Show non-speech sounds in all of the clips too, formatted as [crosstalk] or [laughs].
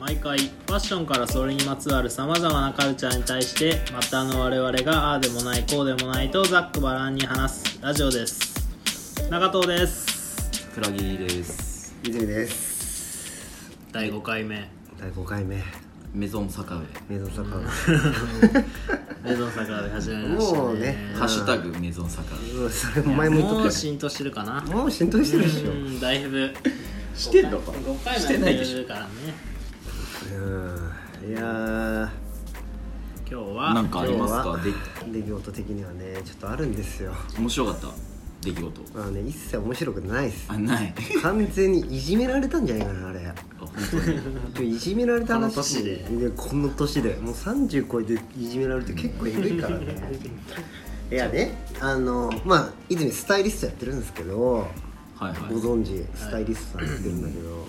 毎回ファッションからそれにまつわるさまざまなカルチャーに対してまたの我々がああでもないこうでもないとざっくばらんに話すラジオです中藤ですクラギです泉です第5回 [laughs] 目第5回目メゾン坂上メゾンサカウメゾン坂で始まりましたねもうねハッシュタグメゾン坂上うん [laughs] それ前も言っもとうっ浸透してるかなたよもう浸透してるでしょうんだいぶしてんのか5回してもないやっでてしるからねうんいや今ー日はなんかあり今ます日はかで出来事的にはねちょっとあるんですよ面白かった出来事まあね一切面白くないっすあない完全にいじめられたんじゃないかなあれあ本当にでいじめられた話この年でこの年でもう30超えていじめられるって結構えぐい [laughs] からねいやねあのまあ泉スタイリストやってるんですけどはいはいご存知スタイリストさんやってるんだけど、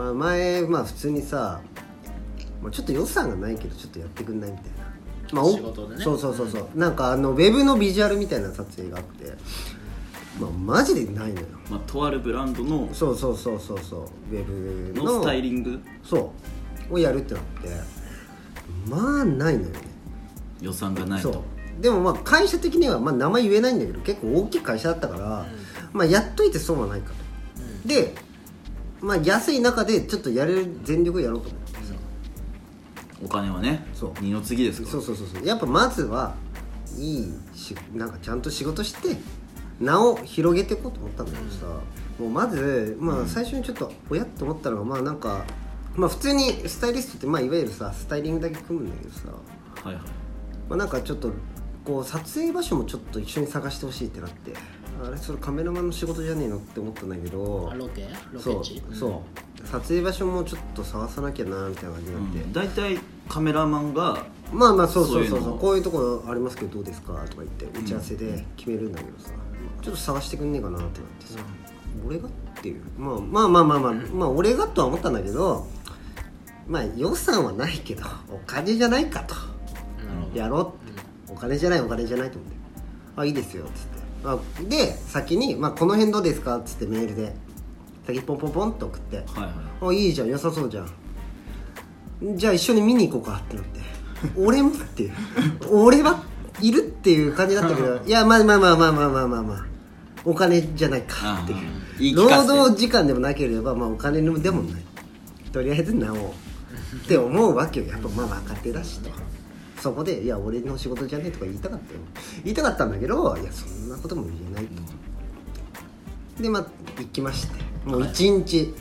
まあ前まあ普通にさ、まあ、ちょっと予算がないけどちょっとやってくんないみたいな、まあ、お仕事でねそうそうそうそうなんかあのウェブのビジュアルみたいな撮影があってまあマジでないのよまあとあるブランドのそうそうそうそうそうウェブののスタイリングそうをやるってなってまあないのよね予算がないそうとでもまあ会社的には、まあ、名前言えないんだけど結構大きい会社だったから、まあ、やっといて損はないかと、で、まあ、安い中でちょっとやれる全力でやろうと思ってお金はねそう二の次ですかそうらそうそうそうやっぱまずはいいしなんかちゃんと仕事して名を広げていこうと思ったんだけどさ、もうまず、まあ、最初にちょっとおやっと思ったのがまあなんか、まあ、普通にスタイリストって、まあ、いわゆるさスタイリングだけ組むんだけどさ、はいはいまあ、なんかちょっとこう撮影場所もちょっと一緒に探してほしいってなってあれそれカメラマンの仕事じゃねえのって思ったんだけどあロケロそケう地そう撮影場所もちょっと探さなきゃなみたいな感じになって、うん大体カメラマンがまあまあそうそうそそうういうそのうこういうところありますけどどうですかとか言って打ち合わせで決めるんだけどさ、ちょっと探してくんねえかなってなってさ、俺がっていう、まあ、まあまあまあまあまあ俺がとは思ったんだけどまあ予算はないけどお金じゃないかとなるほどやろうって、お金じゃないお金じゃないと思ってあいいですよっつってあで先に、まあ「この辺どうですか?」っつってメールで先ポンポンポンって送ってはいはいあいいじゃん良さそうじゃんじゃあ一緒に見に行こうかってなって俺もっていう俺はいるっていう感じだったけどいやまあまあまあまあまあまあまあ、まあ、お金じゃないかっていうああ言い聞労かせて働時間でもなければ、まあ、お金でもないとりあえずなおうって思うわけよやっぱまあ若手だしとそこで「いや俺の仕事じゃねえ」とか言いたかったよ言いたかったんだけどいやそんなことも言えないとでまあ行きましてもう一日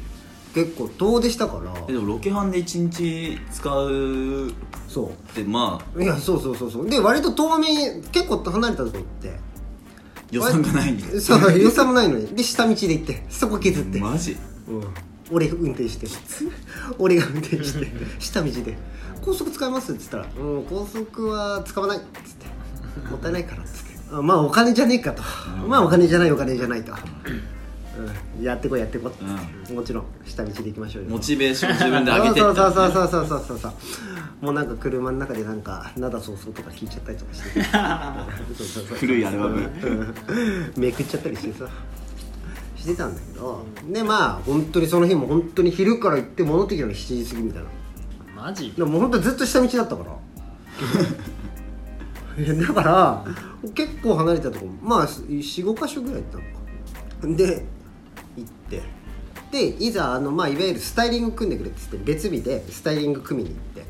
結構遠出したからえでもロケハンで一日使うっそてまあういやそうそうそうそうで割と遠目結構離れたとこ [laughs] 行っ予算がないんてでそう予算もないのにで下道で行ってそこ削って、マジうん、俺運転して [laughs] 俺が運転して下道で「高速使います?」っつったら「うん高速は使わない」っつって「もったいないから」っつってあ「まあお金じゃねえか」と「まあお金じゃないお金じゃない」と「うん、やってこいやってこい」っつって、もちろん下道で行きましょうよモチベーション自分で上げてそっうそたうそうそうそうそうそうそうもうなんか車の中でなんか「なだそうそう」とか聞いちゃったりとかしてそうそう [laughs] そう古いアルバムうんめくっちゃったりしてさしてたんだけどでまあ本当にその日も本当に昼から行って戻ってきたのが7時過ぎみたいなマジでももう本当ずっと下道だったから [laughs] いやだから結構離れたとこまあ45箇所ぐらい行ったのかで行ってでいざあの、まあ、いわゆるスタイリング組んでくれって言って別日でスタイリング組みに行って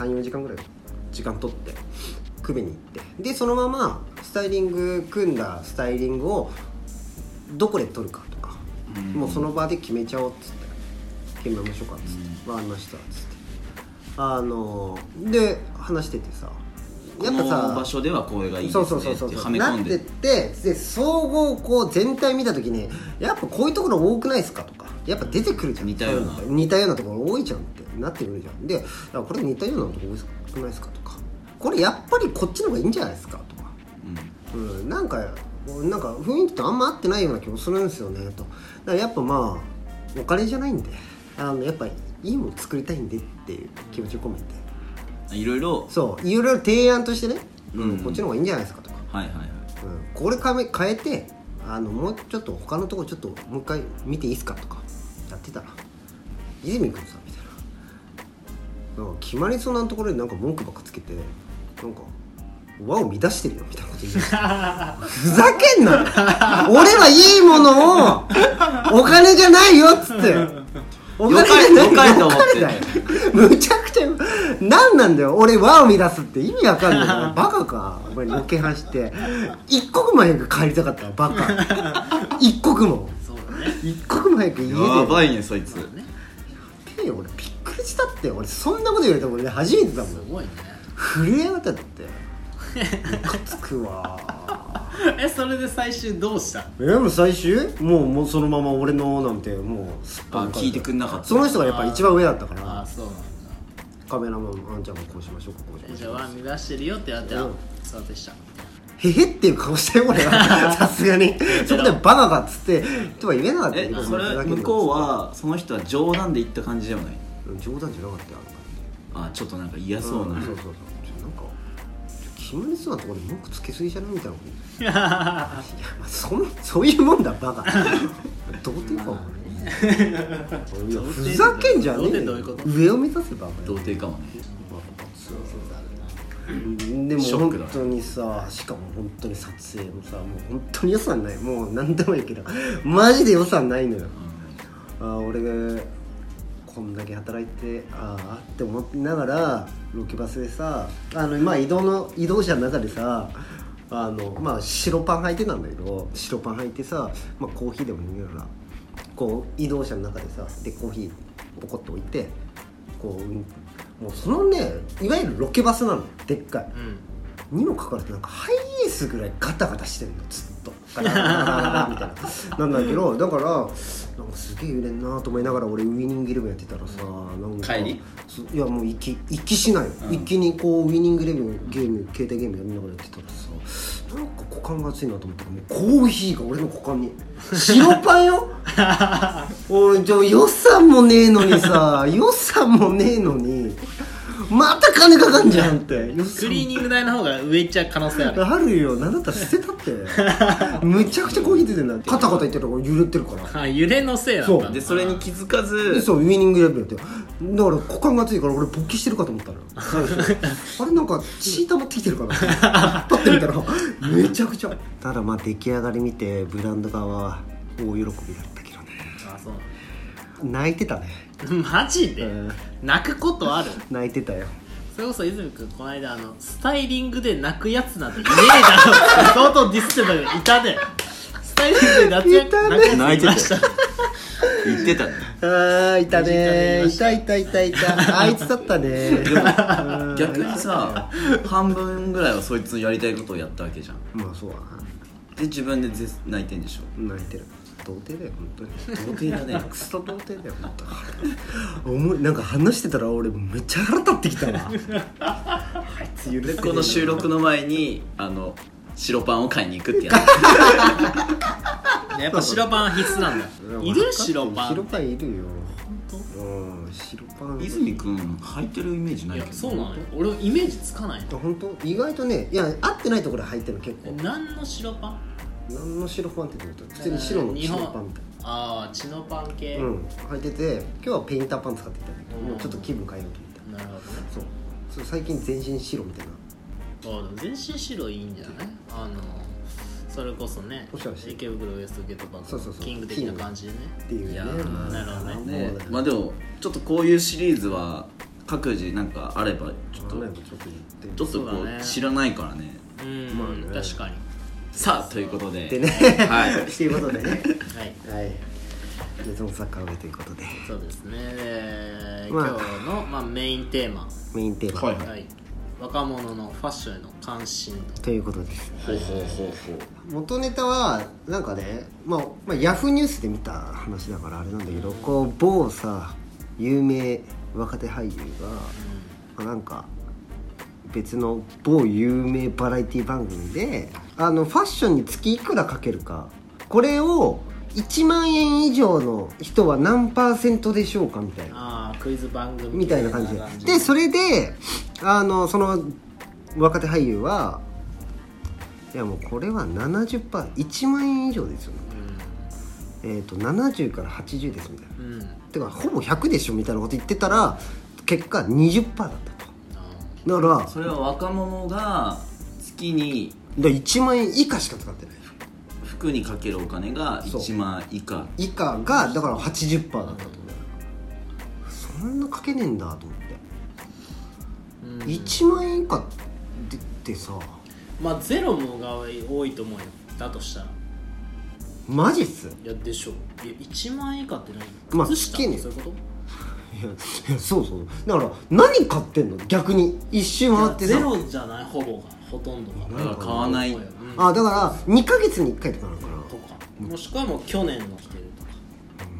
34時間ぐらい時間取って組みに行ってでそのままスタイリング組んだスタイリングをどこで撮るかとか、もうその場で決めちゃおうっつって決めましょうかっつって「わ、かりました」っつってあので話しててさこの場所ではこれがいいですそねうそうそっうそうてそはうめな込っんてでってで総合こう全体見た時にやっぱこういうところ多くないですかとかやっぱ出てくるじゃん似たようなそういの似たようなところ多いじゃんってなってくるじゃんであこれ似たようなとこ多くないですかとかこれやっぱりこっちの方がいいんじゃないですかとかうんうん、なんかなんか雰囲気とあんま合ってないような気もするんですよねとだからやっぱまあお金じゃないんであのやっぱいいもの作りたいんでっていう気持ちを込めていろいろそういろいろ提案としてね、うんうんこっちの方がいいんじゃないですかとか、はいはいはいうん、これかめ変えてあのもうちょっと他のとこちょっともう一回見ていいですかとかやってたら泉君さみたいななんか決まりそうなところでなんか文句ばっかつけてなんか和を乱してるよみたいなこと言うふざけんなよ俺はいいものをお金じゃないよっつってお金じゃないよかれよかれと思ってよかれだよむちゃくちゃ何なんだよ俺和を乱すって意味わかんないバカかお前ロケハンして一刻も早く帰りたかったわバカ一刻もそうだね一刻も早く家でやばいねそいついや俺びっくりしたって俺そんなこと言われたもんね初めてだもんすごいね震え上がったってムカつ [laughs] くわえそれで最終どうしたえもう最終もうもうそのまま俺のなんてもうすっぱあ抜かれ聞いてくんなかったその人がやっぱ一番上だったかああらそうなんだカメラマンあんちゃんもこうしましょうかこうしえましじょゃうあか輪乱してるよって言われてあうんそうでしたへへっていう顔して俺はさす [laughs] がにそこでバカかっつってとは言えなかったえよそれ向こうはその人は冗談で言った感じではないうん冗談じゃなかったよあのあ感じちょっとなんか嫌そうな、んそうそうそうちょなんか決まりそうなところで文句つけすぎじゃないみたいなこと言ういや、まあ、そのそういうもんだバカどうてかお前いやふざけんじゃねえどういようこと上を目指せば童貞かもねでもショックだ本当にさしかも本当に撮影もさもう本当に予算ないもう何でもいいけどマジで予算ないのよあー俺がこんだけ働いてああって思いながらロケバスでさあのまあ移動の移動車の中でさあのまあ白パン履いてたんだけど白パン履いてさ、まあ、コーヒーでも飲みながらこう移動車の中でさでコーヒーポコッと置いてこううんもうそのねいわゆるロケバスなのでっかいうんにもかかわらずなんかハイエースぐらいガタガタしてるのずっとガタガタガタガタみたいななんだけどだからなんかすげえ揺れんなと思いながら俺ウィニングイレブンやってたらさなんか帰りそいやもう行き行きしないよ、うん一気にこうウィニングイレブンゲーム携帯ゲームやりながらやってたらさなんか股間が熱いなと思ったらもうコーヒーが俺の股間に白パンよ俺じゃあ予算もねえのにさ予算もねえのにまた金かかんじゃんってク予算リーニング代の方が上行っちゃう可能性あるあるよなんだったら捨てたって [laughs] むちゃくちゃコーヒー出てるなカタカタ言ってるから揺れてるからあ揺れのせいなそんうだでそれに気づかでずそうウィニングイレブンやってだから股間が熱いから俺勃起してるかと思 [laughs] ったのよあれなんか血溜まってきてるかなパッて見たらめちゃくちゃただまあ出来上がり見てブランド側は大喜びだったけどねあそう泣いてたね、マジで、うん泣くことある泣いてたよそれこそ泉君この間あのスタイリングで泣くやつなんていねえだろって相当ディスってたけどいたねスタイリングで泣くやいつたね泣くやついました言ってたねあーいたねいいたたいたいたい [laughs] たあいつだったね [laughs] でも逆にさ半分ぐらいはそいつのやりたいことをやったわけじゃんまあそうだで自分で絶泣いてんでしょな泣いてる童貞だよ本当に童貞だねクソ童貞だよ本当思いなんか話してたら俺めっちゃ腹立ってきたわあいつ許でせこの収録の前にあの白パンを買いに行くってややっぱ白パンは必須なんだいる白パン白パンいるよ本うん白パンつ泉君履いてるイメージないいやけどそうなのよ俺イメージつかないの本当意外とねいや合ってないところ入ってるの結構何の白パン何の白パンって言うと普通に白の日白本パンみたいなああ血のパン系、うん履いてて今日はペインターパン使ってきたんだけどもうちょっと気分変えようと思なってるほどねそうそう最近全身白みたいなあでも全身白いいんじゃないあのそれこそねおしゃれして池袋ウエストゲートパークそうそうそうキング的な感じでねっていうねいやまあーなるほどねもうねまあでもちょっとこういうシリーズは各自なんかあればちょっあとれもちょっと言っちょてっとこそうだねう知らないからねうん、まあね確かにさあということででね [laughs] はいということでねはいはいでゾンサッカー上ということでそうですねでまあ今日の、まあ、メインテーマ、メインテーマ、はいはい、若者のファッションへの関心度ということですほうほうほうほ元ネタはなんかね、まあ、まあヤフーニュースで見た話だからあれなんだけどこう某さ有名若手俳優が、まあなんか別の某有名バラエティ番組であのファッションに月いくらかけるかこれを1万円以上の人は何パーセントでしょうかみたいなああクイズ番組みたいな感じででそれであのその若手俳優はいやもうこれは 70%1 万円以上ですよ、ね、えっ、と70から80ですみたいなうん、うん、てかほぼ100でしょみたいなこと言ってたら結果20%だったとだからだかそれは若者が月にら1万円以下しか使ってない服にかけるお金が1万以下以下がだから80%だったと思うそんなかけねえんだと思って、うん1万円以下でってさまあゼロもが多いと思うよだとしたらマジっすいやでしょいや1万円以下って何まあ靴下好きにそういうこといやいやそうそうだから何買ってんの逆に一周回っていやゼさロじゃないほぼがほとんどだがから買わないうんあだから2ヶ月に1回とかなのかなとかもしくはもう去年の着てるとか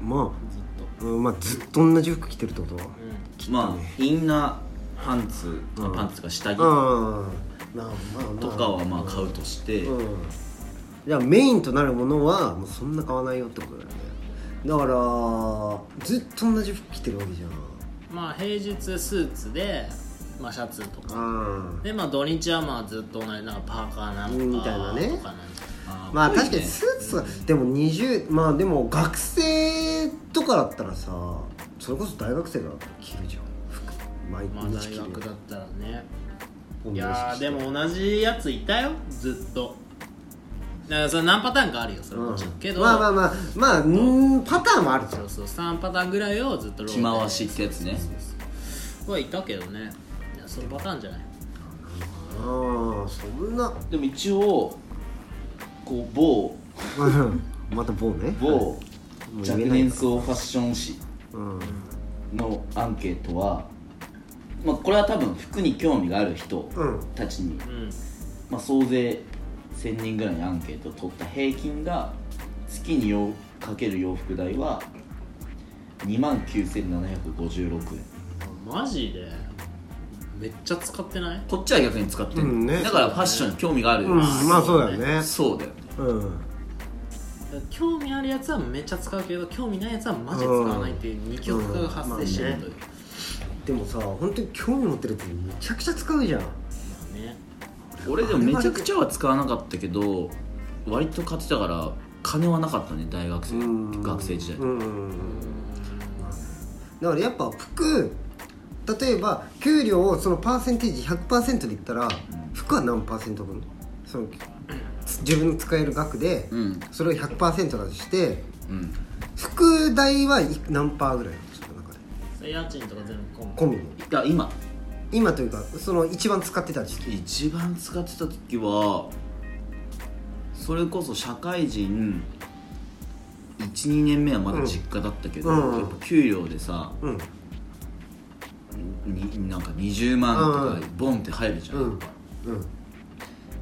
まずっあ、うんまあ、ずっと同じ服着てるってこととうんまあインナーパンツ、うんパンツか下着ああまあまあまあとかはまあ買うとして、うんじゃあメインとなるものはもうそんな買わないよってことだよねだからずっと同じ服着てるわけじゃんまあ平日スーツでまあシャツとかあでまあ土日はまあずっと同じなんかパーカーなんかみたいなねとかなんかああーまあ多いね確かにスーツは、でも20まあでも学生とかだったらさそれこそ大学生だったら着るじゃん服毎まあ日大着る学だったらね同いじやー式でも同じやついたよずっとだからそれ何パターンかあるよそれもちろん、けどまあまあまあまあうーんパターンもあるじゃそんうそう3パターンぐらいをずっとローテ着回しってやつねはいたけどねいやそのパターンじゃないああそんなでも一応こう某また棒ね某もう言若えない年層ファッション誌うんのアンケートは、まあ、これは多分服に興味がある人うんたちに、うんまあ、総勢1000人ぐらいのアンケートを取った平均が月によかける洋服代は2万9756円マジでめっちゃ使ってないこっちは逆に使ってる、うんねだからファッションに興味がある、うん、まあそうだよね。そうだよねうん。興味あるやつはめっちゃ使うけど興味ないやつはマジで使わないっていう二極化が発生してるという、でもさ、本当に興味持ってるやつめちゃくちゃ使うじゃん。まあね俺でもめちゃくちゃは使わなかったけど割と買ってたから金はなかったね大学生学生時代、うん。だからやっぱ服、例えば給料をそのパーセンテージ100%で言ったら、服は何パーセント分その自分の使える額で、うんそれを100%だとして、うん服代はい何パーぐらいなんですか中でそれ家賃とか全部込込みの。いや今今というか、その一番使ってた時期。一番使ってた時はそれこそ社会人12年目はまだ実家だったけど、うんやっぱ給料でさうん。になんか20万とかボンって入るじゃん、うん。うん。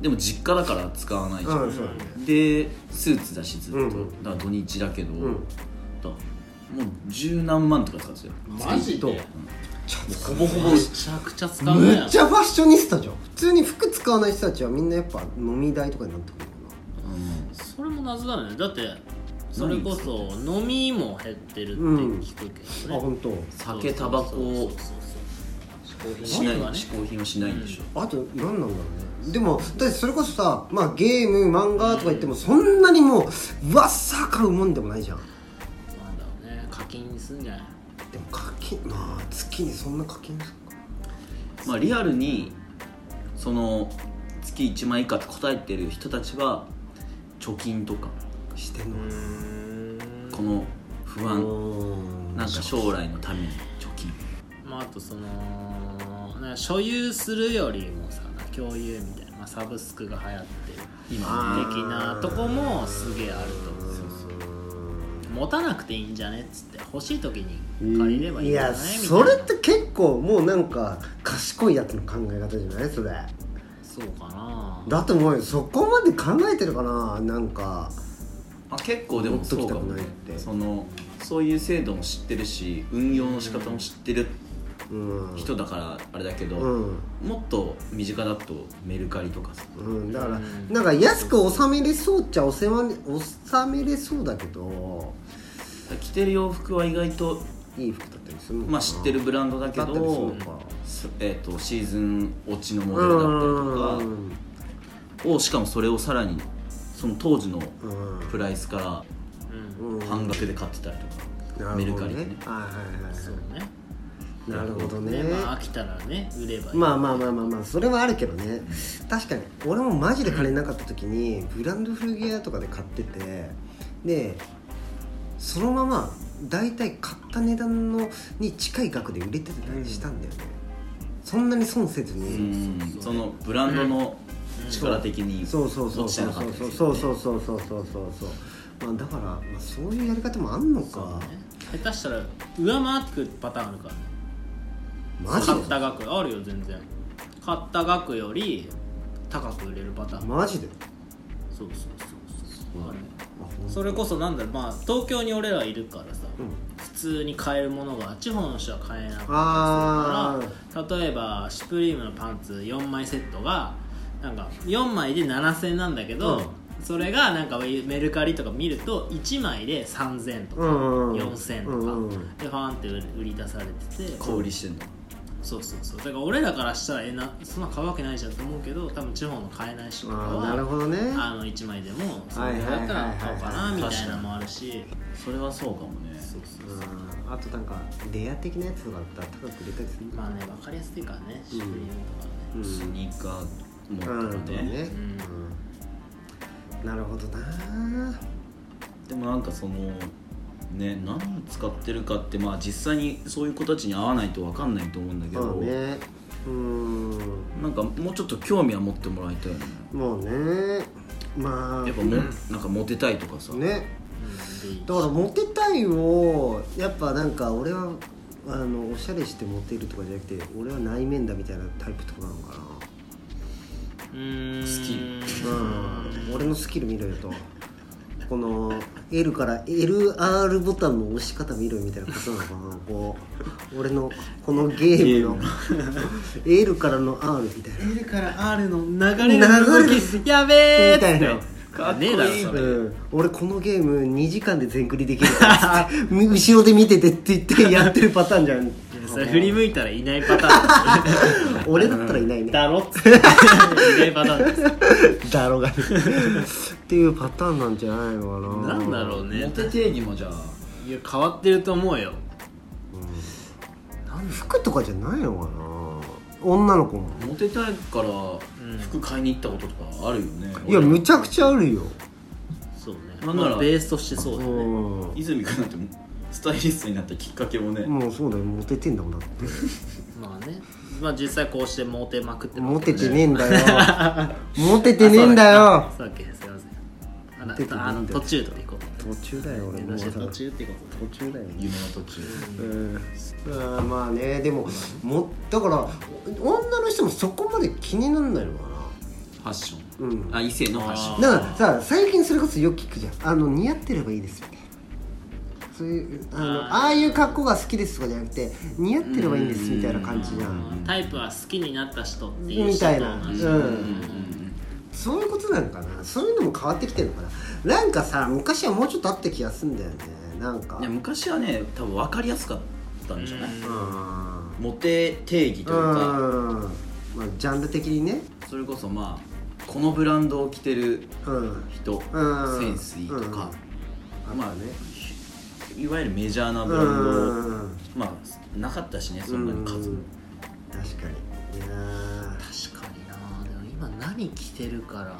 でも実家だから使わないじゃん、うん、そうだね。でスーツだしずっと、うんうんだから土日だけど、んだからもう十何万とか使ってたよマジでうんめほぼほぼちゃくちゃ使うねめっちゃファッショニスタじゃん普通に服使わない人たちはみんなやっぱ飲み代とかになってくるうんそれも謎だねだってそれこそ飲みも減ってるって聞くけどのかなね、あ本酒タバコそうそうをそうそうし嗜好品ないはね嗜好品はしないんでしょ、当あと何なんだろうねでもだってそれこそさ、まあ、ゲーム漫画とか言ってもそんなにもううわっさ買うもんでもないじゃんなんだろうね課金にすんじゃないでも課金なあ月にそんな課金するかまあ、リアルにその月1万以下って答えてる人たちは貯金とかしてんのかこの不な安うんなんか将来のために貯金まああとそのね所有するよりもさ共有みたいな、まあ、サブスクが流行ってる今ね的なとこもすげえあると思う持たなくていいんじゃねっつって欲しい時に借りればいいんじゃないやみたいなそれって結構もうなんか賢いやつの考え方じゃないそれそうかなだと思うよそこまで考えてるかななんかあ結構でも持っとそきうたかくもないねってそのそういう制度も知ってるし運用の仕方も知ってるうん人だからあれだけど、うんもっと身近だとメルカリとかさうん、だからうんなんか安く収めれそうっちゃ収め収めれそうだけど着てる洋服は意外と、いい服だったりするのかなまあ、知ってるブランドだけだったりするどのかすえー、とシーズン落ちのモうデルだったんりうとかんをしかもそれをさらにその当時のプライスかうんうんら半額で買ってたりとか、メルカリでねはいはいはいそうねなるほどねまあ飽きたらね売ればいいまあまあまあまあまあそれはあるけどね確かに俺もマジで金なかった時にブランド古着屋とかで買っててでそのまま大体買った値段のに近い額で売れてたりしたんだよね、そんなに損せずうに、んそのブランドの力的にそうそうそう落ちてそうなかそっうたですそようねそうそうそうそうそうまあだから、まあ、そういうやり方もあんのか、ね下手したら上回ってくるパターンあるからねマジ買っでた額あるよ全然買った額より高く売れるパターンマジでそうそうそうそうあるねあほんとそれこそなんだろうまあ東京に俺らいるからさ、うん普通に買えるものが地方の人は買えなかったりするあから例えばシュプリームのパンツ4枚セットがなんか4枚で7000円なんだけど、それがなんかメルカリとか見ると1枚で3000とか、うんうんうん4000とか、うんうんでファーンって売り売り出されてて小売りしてんのそうそうそうだから俺らからしたらえなそんな買うわけないじゃんと思うけど多分地方の買えない人とかあはーなるほどねあの1枚でもそのはいはいはいだはいったら買おうかなみたいなのもあるしそれはそうかもねそうそうそううんあとなんかレア的なやつとかだったら高く売れたりするまあね分かりやすいからねうんシュプリームとかねうんスニーカー持ってるうんねねうんなるほどなでもなんかそのね何を使ってるかってまあ実際にそういう子たちに合わないと分かんないと思うんだけそどうねうんなんかもうちょっと興味は持ってもらいたいよねもうねまあやっぱも、なんかモテたいとかさ、ねうんでいいだからモテたいをやっぱなんか俺はあのおしゃれしてモテるとかじゃなくて俺は内面だみたいなタイプとかなのかうーんスキルなうん俺のスキル見ろよとこの L から LR ボタンの押し方見ろよみたいなことなのかなこう俺のこのゲームの L からの R みたいな L から R の流れれのの動動ききやべーっみたいなつってねえだろそれうん、俺このゲーム2時間で全クリできるから [laughs] 後ろで見ててって言ってやってるパターンじゃんそれ振り向いたらいないパターンで俺 [laughs] だったらいないすよねだろっつっていないパターンですだろうがねっていうパターンなんじゃないのかななんだろうねモテ定義もじゃあいや変わってると思うよなん服とかじゃないのかな女の子もモテたいからん服買いに行ったこととかあるよね、いやむちゃくちゃあるよそうねなんならまあベースとしてそううだんねも泉君なんてスタイリストになったきっかけもね、うそうだよモテてんだもんだってまあねまあ実際こうしてモテまくってるモテてねえんだよ [laughs] モテてねえんだよそうだっけすいませんあモテてねえんだよのあの途中とか行こう途中だよ俺もうさ途途中ってこと中だよ夢の途中うんあーまあねでももだからお女の人もそこまで気になんないのかファッショなうんンあ異性のファッションだからさ最近それこそよく聞くじゃんあの似合ってればいいですみたいなそういうあのあーああいう格好が好きですとかじゃなくて似合ってればいいんですみたいな感じじゃんあータイプは好きになった人っていう人みたいなうと同じんそういうことなのかなそういうのも変わってきてるのかななんかさ昔はもうちょっとあった気がすんだよねなんかいや昔はね多分分かりやすかったんじゃない、うんうんモテ定義というか、うんまあジャンル的にねそれこそまあこのブランドを着てるうん人、うんセンスいいとか、うんまああとねいわゆるメジャーなうブランドを、んまあなかったしねそんなに数も、確かにいやー確かになでも今何着てるから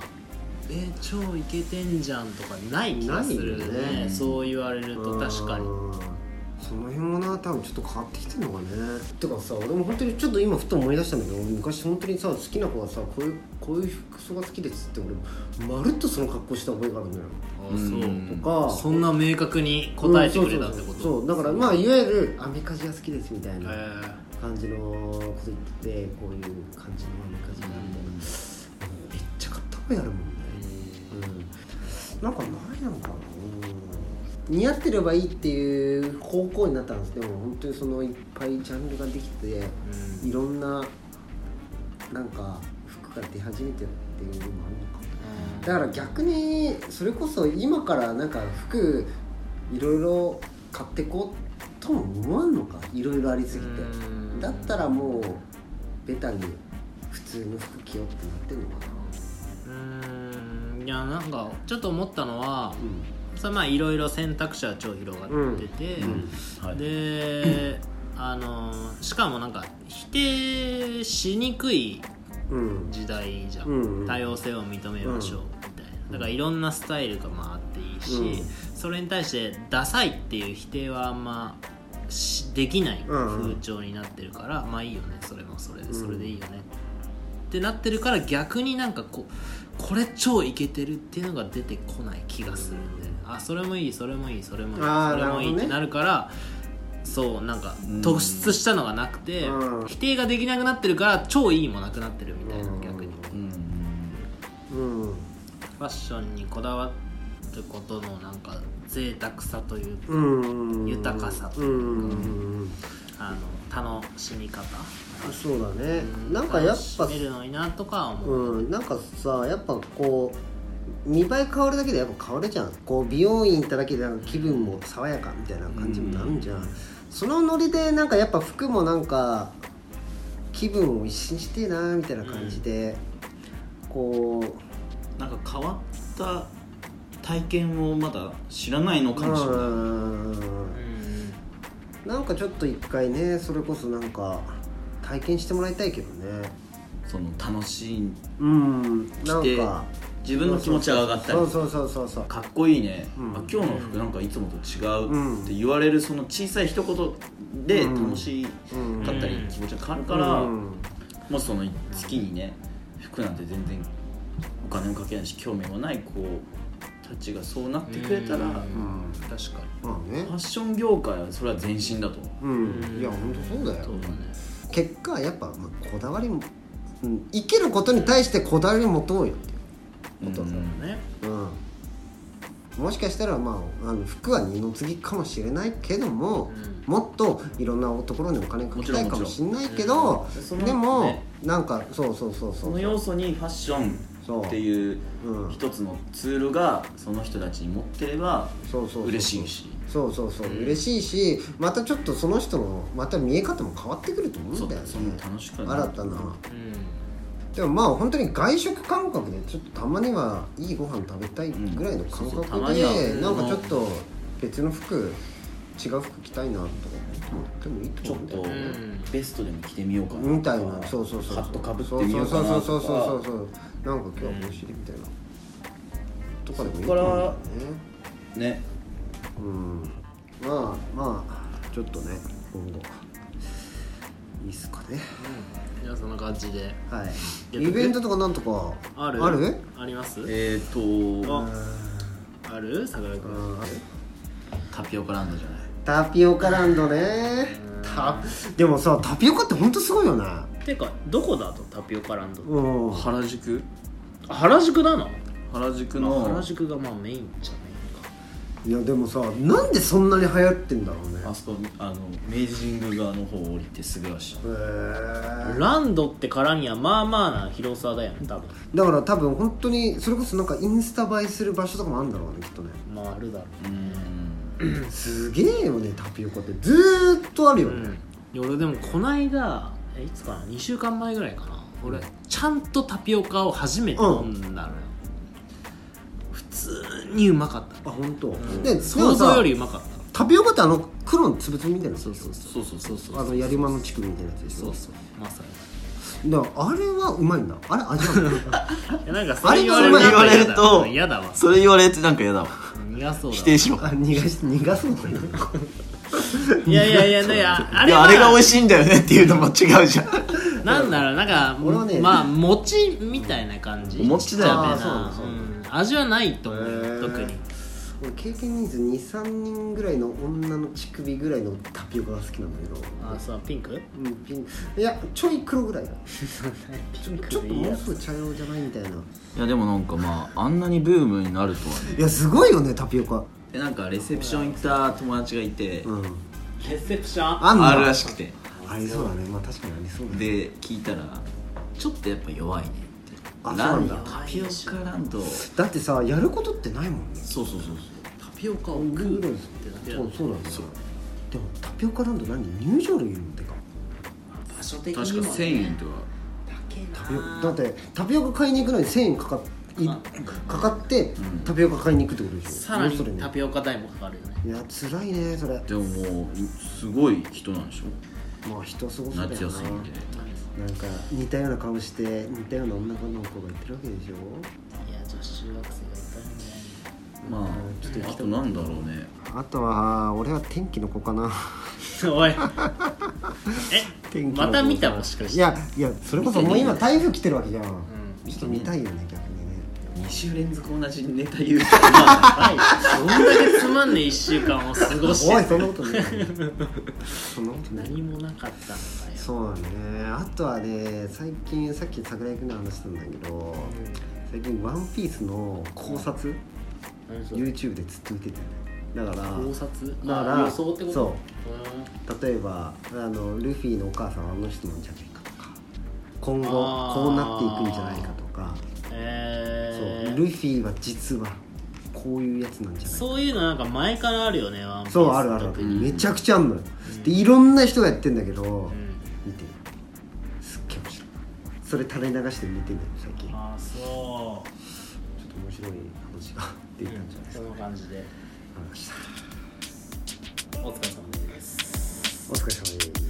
えー、超イケてんじゃんとかない気がするないよねねそう言われると確かにうんその辺もな多分ちょっと変わってきてんのかねてかさ俺も本当にちょっと今ふと思い出したんだけど俺昔本当にさ好きな子がさこういうこういう服装が好きですって俺まるっとその格好した覚えがあるのよあうんそうとかそんな明確に答えてくれたってうんこそうとそうそうそうだからまあいわゆるアメカジが好きですみたいへーな、感じのこと言っててこういう感じのアメカジだみたいなめっちゃ買った覚えあるもんねうんなんかないのかな似合ってればいいっていう方向になったんですでも本当にそのいっぱいジャンルができてうんいろんななんか服が出始めてるっていうのもあるのかなだから逆にそれこそ今からなんか服いろいろ買ってこうとも思わんのかいろいろありすぎてうんだったらもうベタに普通の服着ようってなってんのかなうーんいやなんかちょっと思ったのはうそれまあいろいろ選択肢は超広がってて、うんはい、で、あのーしかもなんか否定しにくいうん時代じゃん、うんうん多様性を認めましょうみたいな、だからいろんなスタイルがまああっていいし、うそれに対してダサいっていう否定はあんましできないうんうん風潮になってるから、まあいいよねそれもそれでうんそれでいいよね、ってなってるから逆になんかこうこれ超イケてるっていうのが出てこない気がするんで、あそれもいいそれもいいそれもいいあーそれもいいっなるほどねてなるからそうなんかうん突出したのがなくて、うん否定ができなくなってるから超いいもなくなってるみたいなうん逆にフうんうんァッションにこだわることのなんか贅沢さというかうん豊かさとういうんうんあの楽しみ方そうだねなんかやっぱ楽しめるのになとかは思う、うんなんかさやっぱこう見栄え変わるだけでやっぱ変わるじゃんこう美容院行っただけでなんか気分も爽やかみたいな感じになるじゃん、そのノリでなんかやっぱ服もなんか気分を一新してえなみたいな感じで、こなんか変わった体験をまだ知らないのうかもしれない、うんうんなんかちょっと一回ねそれこそなんか体験してもらいたいけどねその楽しいうんなん着てか自分の気持ちが上がったりそうそうそうそうそうかっこいいね、うんあ今日の服なんかいつもと違ううんって言われるその小さい一言でうん楽しかうんったうりん気持ちが変わるから、うんもうその月にね服なんて全然お金もかけないし興味もない子たちがそうなってくれたら、うんフうん確かまあねァッション業界はそれは前進だと思うんいや本当そうだによそうだね結果やっぱ、まあ、こだわりも、うん、生きることに対してこだわりを持とうよう、本当そうだんねうんもしかしたら、まあ、あの服は二の次かもしれないけども、うもっといろんなところにお金かけたいかももちしろれないけど、うんそのでも、ねなんかそうそうそうそそうの要素にファッションっていううん一つのツールがその人たちに持ってればそうそうそう嬉しいしそうそうそう、うん嬉しいしまたちょっとその人のまた見え方も変わってくると思うそんうだよねその楽しく新たうなんでもまあ本当に外食感覚でちょっとたまにはいいご飯食べたいぐらいの感うんそうそうた覚まにで、はうんなんかちょっと別の服違う服着たいなとか思ってもいいちとょ思うっんだよとねんベストでも着てみようかなとかみたいなそうそうそうハットかぶってみようかなそうそとうそうそうそうかそうそうなんか今日はおいしいみたいな、とかでもいいそっからと思ねうんだよねうんまあまあちょっとね今後いいっすかねじゃあそんな感じではいイベントとかなんとかあるあるありますえーあとある桜井う君んあるタピオカランドじゃないタピオカランドねたでもさタピオカってほんとすごいよねてかどこだとタピオカランドってうん原宿あ原宿なの原宿まあの原宿がまあメインじゃメいやでもさなんでそんなに流行ってんだろうねあそこあの明治神宮側の方を降りてすぐらしいへインーかランドってからにはまあまあな広さだよね多分だから多分本当にそれこそなんかインスタ映えする場所とかもあるんだろうねきっとねまああるだろうーんすげえよねタピオカってずーっとあるうようね、んいや俺でもこないだえいつかな2週間前ぐらいかな俺ちゃんとタピオカを初めて飲んだのよ、普通にうまかったあ本当。で想像よりでうまかっもさタピオカってあの黒のつぶつぶみたいなたやつそうでしそょうそうそうそうそうそうあのやりまの乳首みたいなやつでしそょうそうまさにだからあれはうまいんだあれ味わう [laughs] いやなんかあそれれも言われる言われそんなると嫌だわそれ言われてなんか嫌だわ苦そうだわ否定しろあ逃がし逃がそうだねいやいやいやいや [laughs] あいれやはあれが美味しいんだよねって [laughs] いうのも違うじゃんなんだろうなんか俺はねまあ餅みたいな感じお餅だよねちっちゃめなあーそううなんん味はないと思へうー特に俺経験人数23人ぐらいの女の乳首ぐらいのタピオカが好きなんだけどあーそうピンクうんピンいやちょい黒ぐら [laughs] いだちょちょっともうすいぐ茶色じゃないみたいないやでもなんかまああんなにブームになるとはねいやすごいよねタピオカでなんかレセプション行った友達がいて、うんいレセプションあんのあるらしくてありそうだねまあ確かにありそうだねで聞いたらちょっとやっぱ弱いねあってランそうドなんだタピオカランドそうだってさやることってないもんねそうそうそうタピオカをグ食ーうグルっですてだけだそうそうなんだそうでもタピオカランド何入場料いるのってか場所的確かにも1000円とかタピオカだってタピオカ買いに行くのに1000円かかいまかかってんタピオカ買いに行くってことでしょさら要するにタピオカ代もかかるよねいや辛いねそれでももういすごい人なんでしょまあ人すごそうだよな夏休みでなんか似たような顔して似たような女の子が言ってるわけでしょいや女子中学生がいっぱいいるんじゃないまちょっと行ああきたといなんだろうねあとは俺は天気の子 [laughs] かな [laughs] おいえ天気のま子た見たもしかしていやいやそれこそもう今台風来てるわけじゃん、うちょっと見たいよね逆にね2週連続同じネタ言んどんう [laughs] だけつまんねえ1週間を過ごして [laughs] おいそんなこと [laughs] ないそんなことない何もなかったのかよそうだねあとはね最近さっき桜井君の話したんだけど最近「ワンピースの考察、何それ YouTube でずっと見ててだから考察だからあ予想ってことそううん例えばあのルフィのお母さんはあの人なんじゃないかとか今後あーこうなっていくんじゃないかとか、えそうールフィは実はこういうやつなんじゃないかそういうのなんか前からあるよねワンピースそうあるあるあ特る、にうんめちゃくちゃあんのよ、でいろんな人がやってんだけど、うん見てるすっげえ面白いそれ垂れ流して見てんだよ最近ちょああそっと面白い話うが出たんじゃないですそか、の感じでわかりましたお疲れ様ですお疲れ様です